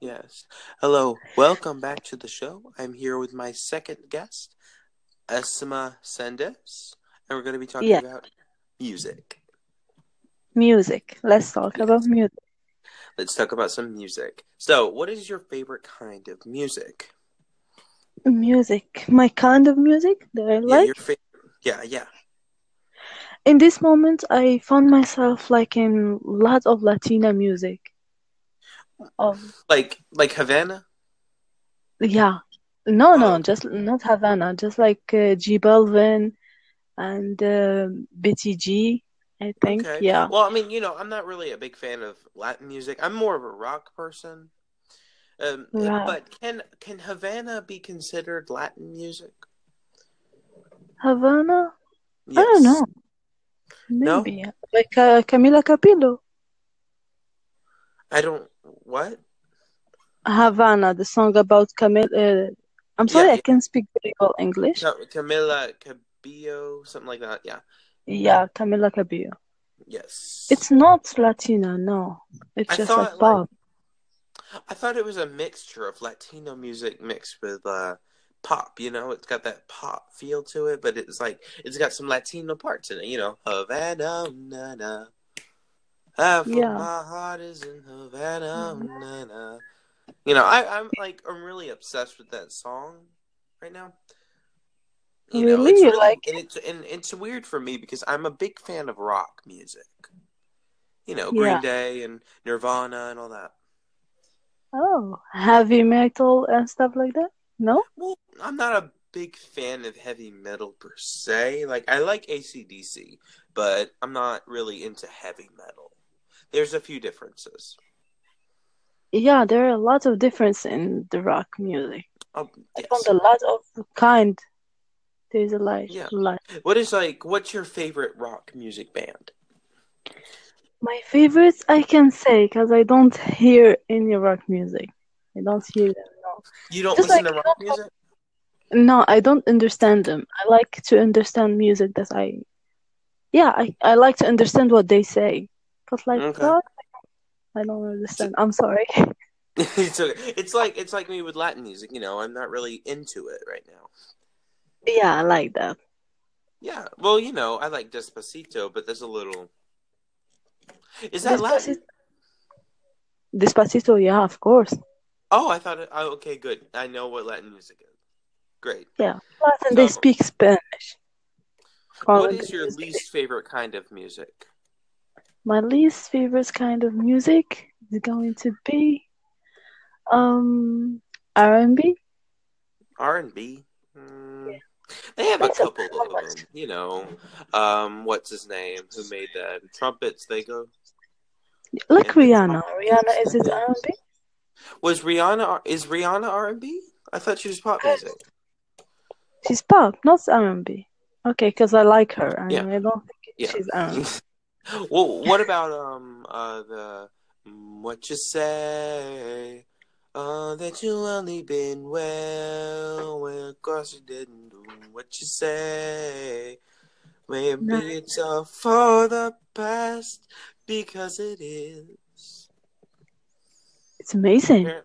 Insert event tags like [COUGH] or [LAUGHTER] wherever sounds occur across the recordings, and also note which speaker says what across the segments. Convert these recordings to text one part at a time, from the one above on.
Speaker 1: Yes. Hello. Welcome back to the show. I'm here with my second guest, Esma Sendes, and we're going to be talking
Speaker 2: Yeah.
Speaker 1: about music.
Speaker 2: Music. Let's talk about music.
Speaker 1: Let's talk about some music. So, what is your favorite kind of music?
Speaker 2: Music. My kind of music that I
Speaker 1: Yeah,
Speaker 2: like.
Speaker 1: your favorite. Yeah, yeah.
Speaker 2: In this moment, I found myself like in lot of Latina music. Um,
Speaker 1: Like like Havana?
Speaker 2: yeah. No,
Speaker 1: Oh.
Speaker 2: no, just not Havana. Just like uh, G Balvin and uh, BTG. I think.
Speaker 1: Okay.
Speaker 2: Yeah.
Speaker 1: Well, I mean, you know, I'm not really a big fan of Latin music. I'm more of a rock person. Um,
Speaker 2: Right.
Speaker 1: but can can Havana be considered Latin music?
Speaker 2: Havana. I
Speaker 1: Yes.
Speaker 2: don't know.
Speaker 1: No?
Speaker 2: Maybe like uh, Camila Cabello.
Speaker 1: I don't. What?
Speaker 2: Havana. The song about Camila. Uh, I'm
Speaker 1: Yeah,
Speaker 2: sorry, I
Speaker 1: yeah.
Speaker 2: can't speak very well English.
Speaker 1: Ca- Camila Cabello, something like that. Yeah.
Speaker 2: Yeah, Camila Cabello.
Speaker 1: Yes.
Speaker 2: It's not Latina, no. It's
Speaker 1: I
Speaker 2: just like
Speaker 1: thought like
Speaker 2: pop.
Speaker 1: I thought it was a mixture of Latino music mixed with uh pop. You know, it's got that pop feel to it, but it's like it's got some Latino parts in it. You know, Havana, na na. Half of
Speaker 2: Yeah. Mm-hmm.
Speaker 1: my heart is in Havana, na na. You know, I, I'm like I'm really obsessed with that song right now. You know,
Speaker 2: Really?
Speaker 1: it's
Speaker 2: You
Speaker 1: really
Speaker 2: like
Speaker 1: and it's and it's weird for me because I'm a big fan of rock music. You know, Green
Speaker 2: Yeah.
Speaker 1: Day and Nirvana and all that.
Speaker 2: Oh, heavy metal and stuff like that? No?
Speaker 1: Well, I'm not a big fan of heavy metal per se. Like I like ACDC, but I'm not really into heavy metal. There's a few differences.
Speaker 2: Yeah, there are a lot of difference in the rock music.
Speaker 1: Oh,
Speaker 2: I found
Speaker 1: yes.
Speaker 2: a lot of kind. There's a lot,
Speaker 1: Yeah.
Speaker 2: lot.
Speaker 1: What is like what's your favorite rock music band?
Speaker 2: My favorites I can say because I don't hear any rock music. I don't hear them, no.
Speaker 1: You don't
Speaker 2: Just
Speaker 1: listen
Speaker 2: like
Speaker 1: to
Speaker 2: I
Speaker 1: rock
Speaker 2: don't
Speaker 1: music? [LAUGHS]
Speaker 2: No, I don't understand them. I like to understand music that I, yeah, I, I like to understand what they say. But like
Speaker 1: Okay.
Speaker 2: rock, I don't understand. I'm sorry.
Speaker 1: it's okay. It's like it's like me with Latin music, you know, I'm not really into it right now.
Speaker 2: [LAUGHS] Yeah, I like that.
Speaker 1: Yeah. Well, you know, I like Despacito, but that's a little Is that Latin?
Speaker 2: Despacito, Despacito, yeah, of course.
Speaker 1: Oh, I thought it, oh, okay, good. I know what Latin music is. Great.
Speaker 2: Yeah. Latin, they
Speaker 1: So,
Speaker 2: speak Spanish.
Speaker 1: what
Speaker 2: Follow the
Speaker 1: is your
Speaker 2: music.
Speaker 1: least favorite kind of music?
Speaker 2: My least favorite kind of music is going to be um R&B.
Speaker 1: R and B. Mm, they have a
Speaker 2: That's a
Speaker 1: couple
Speaker 2: bad one,
Speaker 1: of
Speaker 2: but
Speaker 1: them, you know. Um, what's his name? Who made that? Trumpets. They go
Speaker 2: like
Speaker 1: and the
Speaker 2: Rihanna.
Speaker 1: trumpets.
Speaker 2: Rihanna is it
Speaker 1: They...
Speaker 2: R&B?
Speaker 1: Was Rihanna? R- Is Rihanna R and B? I thought she was pop music.
Speaker 2: She's pop, not R&B. Okay, because I like her
Speaker 1: Yeah,
Speaker 2: and I don't think
Speaker 1: yeah.
Speaker 2: she's R&B.
Speaker 1: [LAUGHS] well, what about um uh the mm, what you say? Oh, that you only been well, well, of course you didn't do what you say. Maybe
Speaker 2: No.
Speaker 1: it's all for the best because it is.
Speaker 2: It's amazing.
Speaker 1: Appar-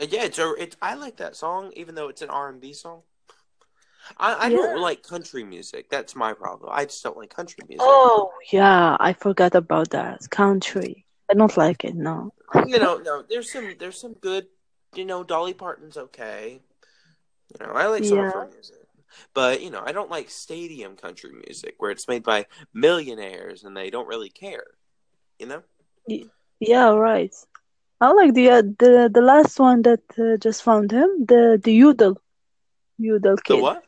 Speaker 1: uh, Yeah, it's, a, it's I like that song, even though it's an R and B song. I, I
Speaker 2: Yeah.
Speaker 1: don't like country music. That's my problem. I just don't like country music.
Speaker 2: Oh, yeah, I forgot about that. Country. I don't like it, no.
Speaker 1: You know, no, there's some there's some good. You know, Dolly Parton's okay. You know, I like some of
Speaker 2: Yeah.
Speaker 1: her music, but you know, I don't like stadium country music where it's made by millionaires and they don't really care. You know.
Speaker 2: Y- Yeah, right. I like the uh, the the last one that uh, just found him, the the Yodel, Yodel
Speaker 1: The
Speaker 2: kid.
Speaker 1: what?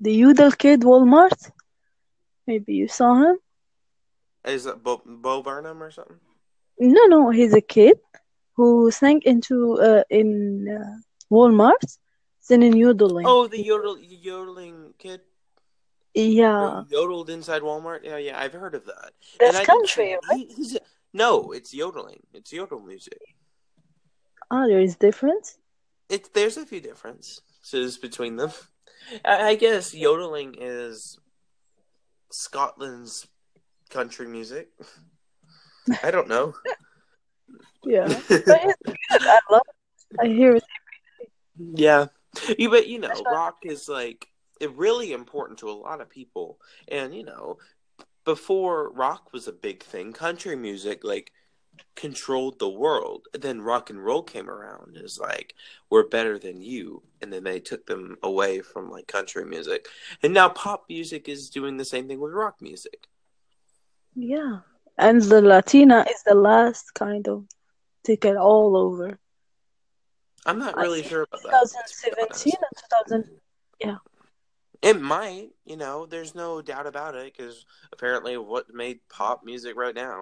Speaker 2: The Yodel kid Walmart. Maybe you saw him?
Speaker 1: Is that Bo, Bo Burnham or something?
Speaker 2: No, no, he's a kid who sang into uh, in uh, Walmart, singing yodeling.
Speaker 1: Oh, the yodel yodeling kid who
Speaker 2: Yeah,
Speaker 1: yodeled inside Walmart. Yeah, yeah, I've heard of that, and
Speaker 2: Uh-huh. that's
Speaker 1: I did see
Speaker 2: country, right?
Speaker 1: he, he's no, it's yodeling. It's yodel music.
Speaker 2: Ah, there is difference.
Speaker 1: It there's a few differences between them. I, I guess yodeling is Scotland's country music. I don't know. [LAUGHS]
Speaker 2: Yeah, [LAUGHS] but it's good. I love it. I hear it.
Speaker 1: Yeah. You, but you know,
Speaker 2: That's right.
Speaker 1: rock is like it really important to a lot of people. And you know, before rock was a big thing, country music like controlled the world. And then rock and roll came around. It was like we're better than you, and then they took them away from like country music. And now pop music is doing the same thing with rock music.
Speaker 2: Yeah. And the Latina is the last kind of ticket all over.
Speaker 1: I'm not
Speaker 2: I
Speaker 1: really
Speaker 2: think
Speaker 1: sure about that.
Speaker 2: 2017 and 2000.
Speaker 1: It might, you know, there's no doubt about it because apparently what made pop music right now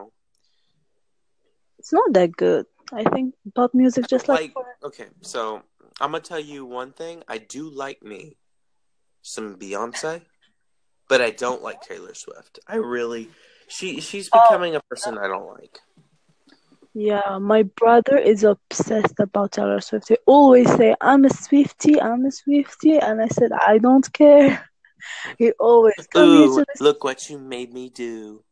Speaker 2: It's not that good. I think pop music just like,
Speaker 1: like okay so i'm gonna tell you one thing i do like me some beyonce but i don't like taylor swift i really she she's
Speaker 2: Oh.
Speaker 1: becoming a person i don't like
Speaker 2: yeah, my brother is obsessed about Taylor Swift. He always say, "I'm a Swiftie, I'm a Swiftie," and I said, "I don't care." [LAUGHS] He always come here
Speaker 1: ooh
Speaker 2: to this.
Speaker 1: look what you made me do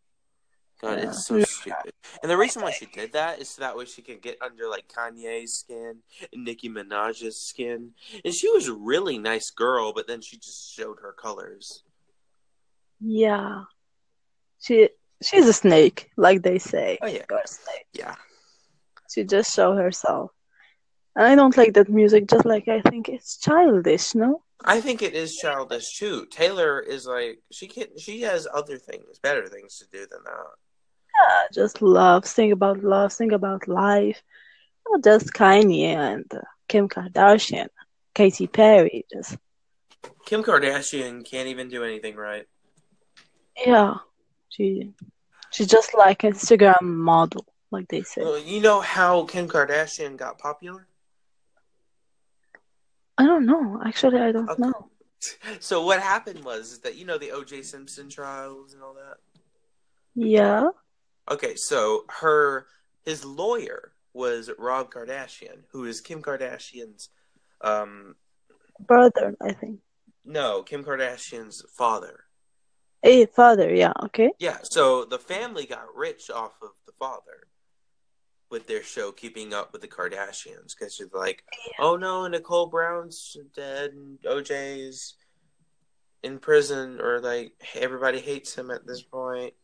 Speaker 1: god it's so
Speaker 2: Yeah.
Speaker 1: stupid and the reason why she did that is so that way she could get under like kanye's skin and nicki minaj's skin and she was a really nice girl but then she just showed her colors
Speaker 2: Yeah, she she's a snake, like they say.
Speaker 1: oh yeah
Speaker 2: You're a snake.
Speaker 1: yeah
Speaker 2: She just show herself. And I don't like that music. Just like I think it's childish, no?
Speaker 1: I think it is childish too. Taylor is like she can not she has other things, better things to do than that.
Speaker 2: Yeah, just love, sing about love, sing about life. Not just Kanye and uh, Kim Kardashian, Katy Perry. Just
Speaker 1: Kim Kardashian can't even do anything right.
Speaker 2: yeah, she she's just like Instagram model, like they say.
Speaker 1: Well, you know how Kim Kardashian got popular?
Speaker 2: I don't know. Actually, I don't
Speaker 1: Okay.
Speaker 2: know.
Speaker 1: So what happened was is that you know the O.J. Simpson trials and all that.
Speaker 2: Yeah.
Speaker 1: Okay, so her his lawyer was Rob Kardashian, who is Kim Kardashian's um
Speaker 2: brother, I think.
Speaker 1: no, Kim Kardashian's father.
Speaker 2: Hey, father, yeah, okay.
Speaker 1: Yeah, so the family got rich off of the father with their show Keeping Up with the Kardashians because she's like, oh no, Nicole Brown's dead, and OJ's in prison, or like everybody hates him at this point.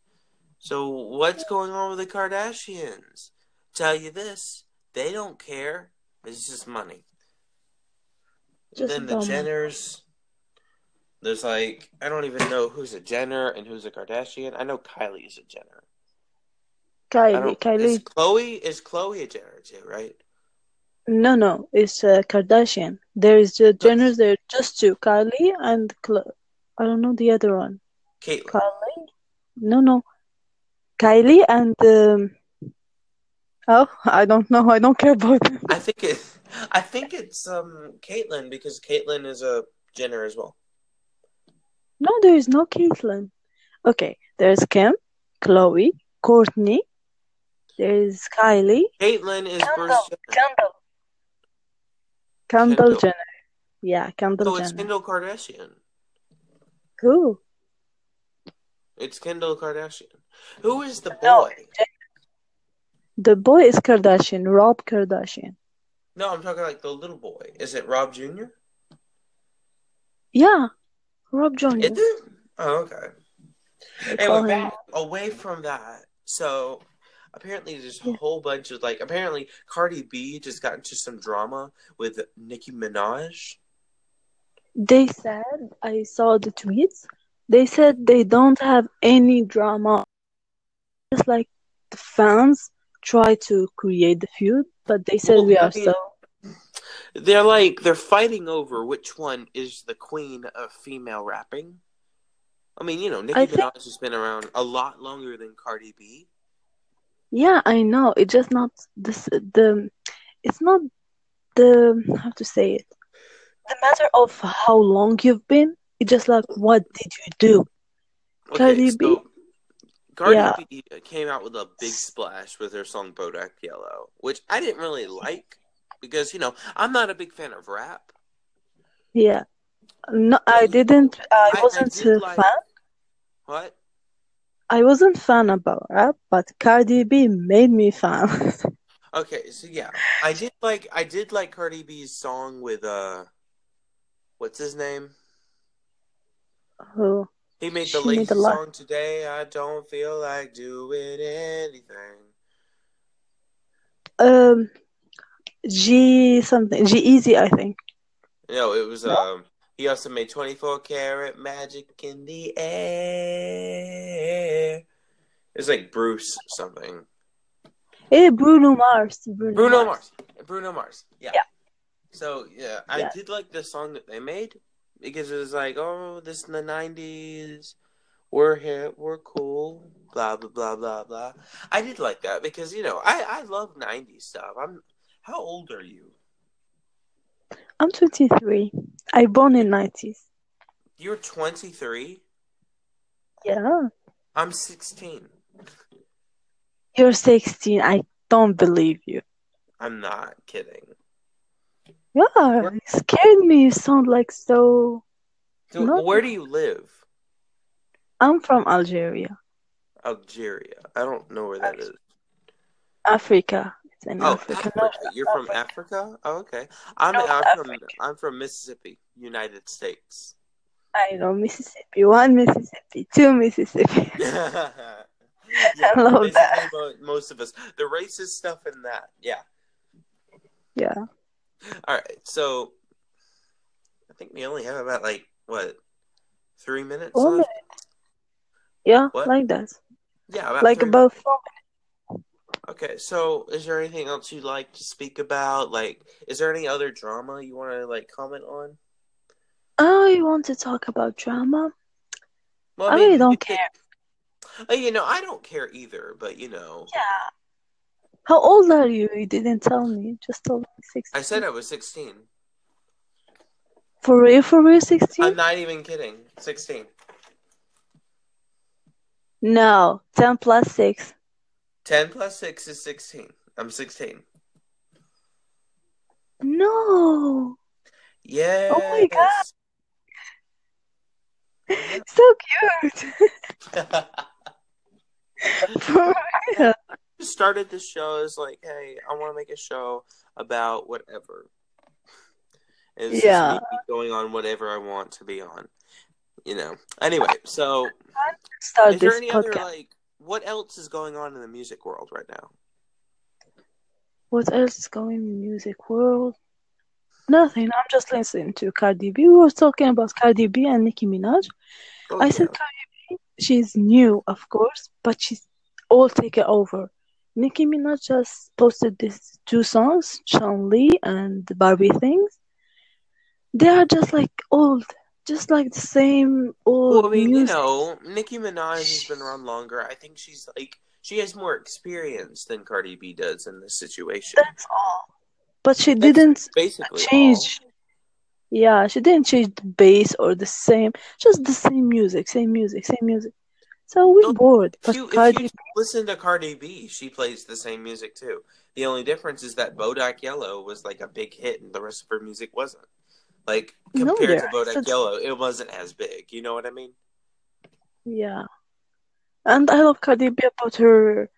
Speaker 1: So what's going on with the Kardashians? Tell you this, they don't care. It's just money.
Speaker 2: Just
Speaker 1: then the
Speaker 2: dumb.
Speaker 1: Jenners. There's like I don't even know who's a Jenner and who's a Kardashian. I know Kylie is a Jenner. I
Speaker 2: Kylie,
Speaker 1: don't. Is
Speaker 2: Kylie.
Speaker 1: Chloe is Chloe a Jenner too? Right?
Speaker 2: No, no, it's uh, Kardashian. There is the Jenner's. There are just two, Kylie and Cl- I don't know the other one.
Speaker 1: Caitlyn.
Speaker 2: Kylie. No, no, Kylie and um, oh, I don't know. I don't care about them.
Speaker 1: I think it. [LAUGHS] I think it's um Caitlyn because Caitlyn is a Jenner as well.
Speaker 2: No, there is no Caitlyn. Okay, there is Kim, Chloe, Courtney. There is Kylie,
Speaker 1: Caitlyn is Bruce
Speaker 2: Kendall,
Speaker 1: Jenner.
Speaker 2: Kendall, Kendall
Speaker 1: Kendall.
Speaker 2: Jenner. Yeah, Kendall
Speaker 1: So it's
Speaker 2: Jenner.
Speaker 1: Kendall Kardashian.
Speaker 2: Who?
Speaker 1: It's Kendall Kardashian. Who is the
Speaker 2: No.
Speaker 1: boy?
Speaker 2: The boy is Kardashian, Rob Kardashian.
Speaker 1: No, I'm talking like the little boy. Is it Rob Jr.?
Speaker 2: Yeah, Rob Jr.
Speaker 1: Is it? Oh, okay.
Speaker 2: Mm-hmm. They
Speaker 1: Anyway,
Speaker 2: call him.
Speaker 1: back away from that. So apparently there's a
Speaker 2: Yeah.
Speaker 1: whole bunch of like apparently Cardi B just got into some drama with Nicki Minaj.
Speaker 2: They said I saw the tweets. They said they don't have any drama. Just like the fans try to create the feud, but they said
Speaker 1: Well,
Speaker 2: we
Speaker 1: I
Speaker 2: are
Speaker 1: mean-
Speaker 2: so
Speaker 1: They're like they're fighting over which one is the queen of female rapping. I mean, you know, Nicki
Speaker 2: I think-
Speaker 1: Minaj has been around a lot longer than Cardi B.
Speaker 2: yeah. I know it's just not this the it's not the how to say it the matter of how long you've been. It's just like what did you do? Cardi
Speaker 1: so
Speaker 2: B?
Speaker 1: Cardi
Speaker 2: Yeah.
Speaker 1: B came out with a big splash with her song Bodak Yellow, which I didn't really like because, you know, I'm not a big fan of rap.
Speaker 2: Yeah. No, I didn't. I wasn't
Speaker 1: did
Speaker 2: a fan.
Speaker 1: What?
Speaker 2: I wasn't fan [LAUGHS] about rap, but Cardi B made me fan.
Speaker 1: Okay, so yeah, I did like I did like Cardi B's song with uh, what's his name?
Speaker 2: Oh,
Speaker 1: He made the
Speaker 2: She made
Speaker 1: latest
Speaker 2: a lot.
Speaker 1: song today. I don't feel like doing anything.
Speaker 2: um, G something, G Easy, I think.
Speaker 1: No, it was
Speaker 2: No?
Speaker 1: um. He also made twenty four karat magic in the air. It's like Bruce something.
Speaker 2: Hey, Bruno Mars, Bruno,
Speaker 1: Bruno Mars.
Speaker 2: Mars.
Speaker 1: Bruno Mars. Yeah.
Speaker 2: Yeah.
Speaker 1: So yeah, I
Speaker 2: Yeah.
Speaker 1: did like the song that they made because it was like, oh, this in the nineties. We're hip, we're cool, blah blah blah blah blah. I did like that because you know I I love '90s stuff. I'm how old are you?
Speaker 2: I'm 23. I born in 90s.
Speaker 1: You're 23.
Speaker 2: Yeah.
Speaker 1: I'm 16.
Speaker 2: You're 16. I don't believe you.
Speaker 1: I'm not kidding.
Speaker 2: Yeah, you scared me. You sound like so.
Speaker 1: So
Speaker 2: No.
Speaker 1: where do you live?
Speaker 2: I'm from Algeria,
Speaker 1: Algeria. I don't know where that is.
Speaker 2: Africa. It's in
Speaker 1: Oh,
Speaker 2: Africa.
Speaker 1: Africa. You're from Africa? Oh, okay. I'm
Speaker 2: North
Speaker 1: I'm from
Speaker 2: Africa.
Speaker 1: I'm from Mississippi, United
Speaker 2: [LAUGHS]
Speaker 1: States. [LAUGHS]
Speaker 2: I know Mississippi. One Mississippi. Two Mississippi. [LAUGHS]
Speaker 1: yeah,
Speaker 2: I love
Speaker 1: basically
Speaker 2: that.
Speaker 1: mo- most of us. The racist stuff in that. Yeah.
Speaker 2: Yeah.
Speaker 1: All right. So I think we only have about like what three minutes
Speaker 2: One
Speaker 1: left.
Speaker 2: Yeah,
Speaker 1: What?
Speaker 2: like that.
Speaker 1: Yeah, about
Speaker 2: Like
Speaker 1: three.
Speaker 2: about four.
Speaker 1: Okay. So is there anything else you'd like to speak about? Like, is there any other drama you want to like comment on?
Speaker 2: I Oh, want to talk about drama.
Speaker 1: Well,
Speaker 2: I really
Speaker 1: you
Speaker 2: don't
Speaker 1: could-
Speaker 2: care.
Speaker 1: uh, you know, I don't care either, but you know,
Speaker 2: Yeah. How old are you? You didn't tell me. You just told me 16.
Speaker 1: I said I was 16.
Speaker 2: For real, for real, 16?
Speaker 1: I'm not even kidding. 16.
Speaker 2: No, 10 plus 6.
Speaker 1: 10 plus 6 is 16. I'm 16.
Speaker 2: No.
Speaker 1: Yes.
Speaker 2: Oh my God. So cute.
Speaker 1: [LAUGHS]
Speaker 2: [LAUGHS] For real.
Speaker 1: Just started the show as like, hey, I want to make a show about whatever. And It's
Speaker 2: Yeah.
Speaker 1: just me going on whatever I want to be on, you know. Anyway, so
Speaker 2: Start
Speaker 1: is there
Speaker 2: Oh, this
Speaker 1: any other
Speaker 2: podcast.
Speaker 1: like what else is going on in the music world right now?
Speaker 2: What else is going in music world? Nothing. I'm just listening to Cardi B. We were talking about Cardi B and Nicki Minaj.
Speaker 1: Oh
Speaker 2: I
Speaker 1: yeah.
Speaker 2: said Cardi B. She's new, of course, but she's all taken over. Nicki Minaj just posted these two songs, Sean Lee and Barbie Things. They are just like old, just like the same
Speaker 1: Well, I
Speaker 2: old
Speaker 1: mean, you
Speaker 2: music.
Speaker 1: know, Nicki Minaj has been around longer. I think she's like she has more experience than Cardi B does in this situation.
Speaker 2: That's all. But she
Speaker 1: That's
Speaker 2: didn't
Speaker 1: basically all.
Speaker 2: change. Yeah, she didn't change the bass or the same, just the same music, same music, same music. So we're
Speaker 1: No,
Speaker 2: bored.
Speaker 1: If
Speaker 2: But
Speaker 1: you if
Speaker 2: Cardi
Speaker 1: you listen to Cardi B, she plays the same music too. The only difference is that Bodak Yellow was like a big hit, and the rest of her music wasn't. Like
Speaker 2: no,
Speaker 1: compared
Speaker 2: there.
Speaker 1: to
Speaker 2: So
Speaker 1: Bodak Yellow, it wasn't as big. You know what I mean?
Speaker 2: yeah, and I love Cardi B about her.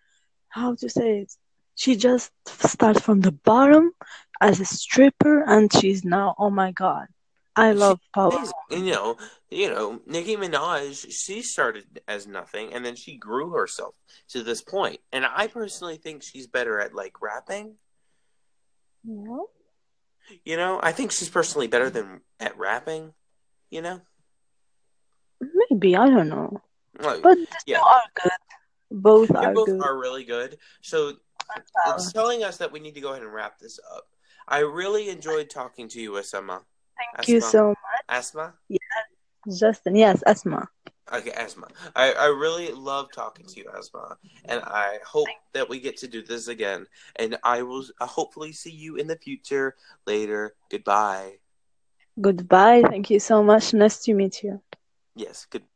Speaker 2: How to say it? She just starts from the bottom as a stripper, and she's now. Oh my God, I
Speaker 1: She,
Speaker 2: love power.
Speaker 1: amazing. you know, you know, Nicki Minaj. She started as nothing, and then she grew herself to this point. And I personally think she's better at like rapping.
Speaker 2: Yeah.
Speaker 1: You know, I think she's personally better than at rapping. You know,
Speaker 2: Maybe I don't know,
Speaker 1: like,
Speaker 2: but the
Speaker 1: yeah.
Speaker 2: two are good. Both
Speaker 1: They
Speaker 2: are
Speaker 1: both
Speaker 2: good.
Speaker 1: are really good. So
Speaker 2: Uh,
Speaker 1: it's telling us that we need to go ahead and wrap this up. I really enjoyed talking to you, Asma.
Speaker 2: thank you
Speaker 1: Asma.
Speaker 2: so
Speaker 1: Asma?
Speaker 2: much, Justin. Yes, Asma.
Speaker 1: Okay, Asma. I, I really love talking to you, Asma. And I hope that we get to do this again. And I will uh, hopefully see you in the future later. Goodbye.
Speaker 2: Goodbye. Thank you so much. Nice to meet you.
Speaker 1: Yes, goodbye.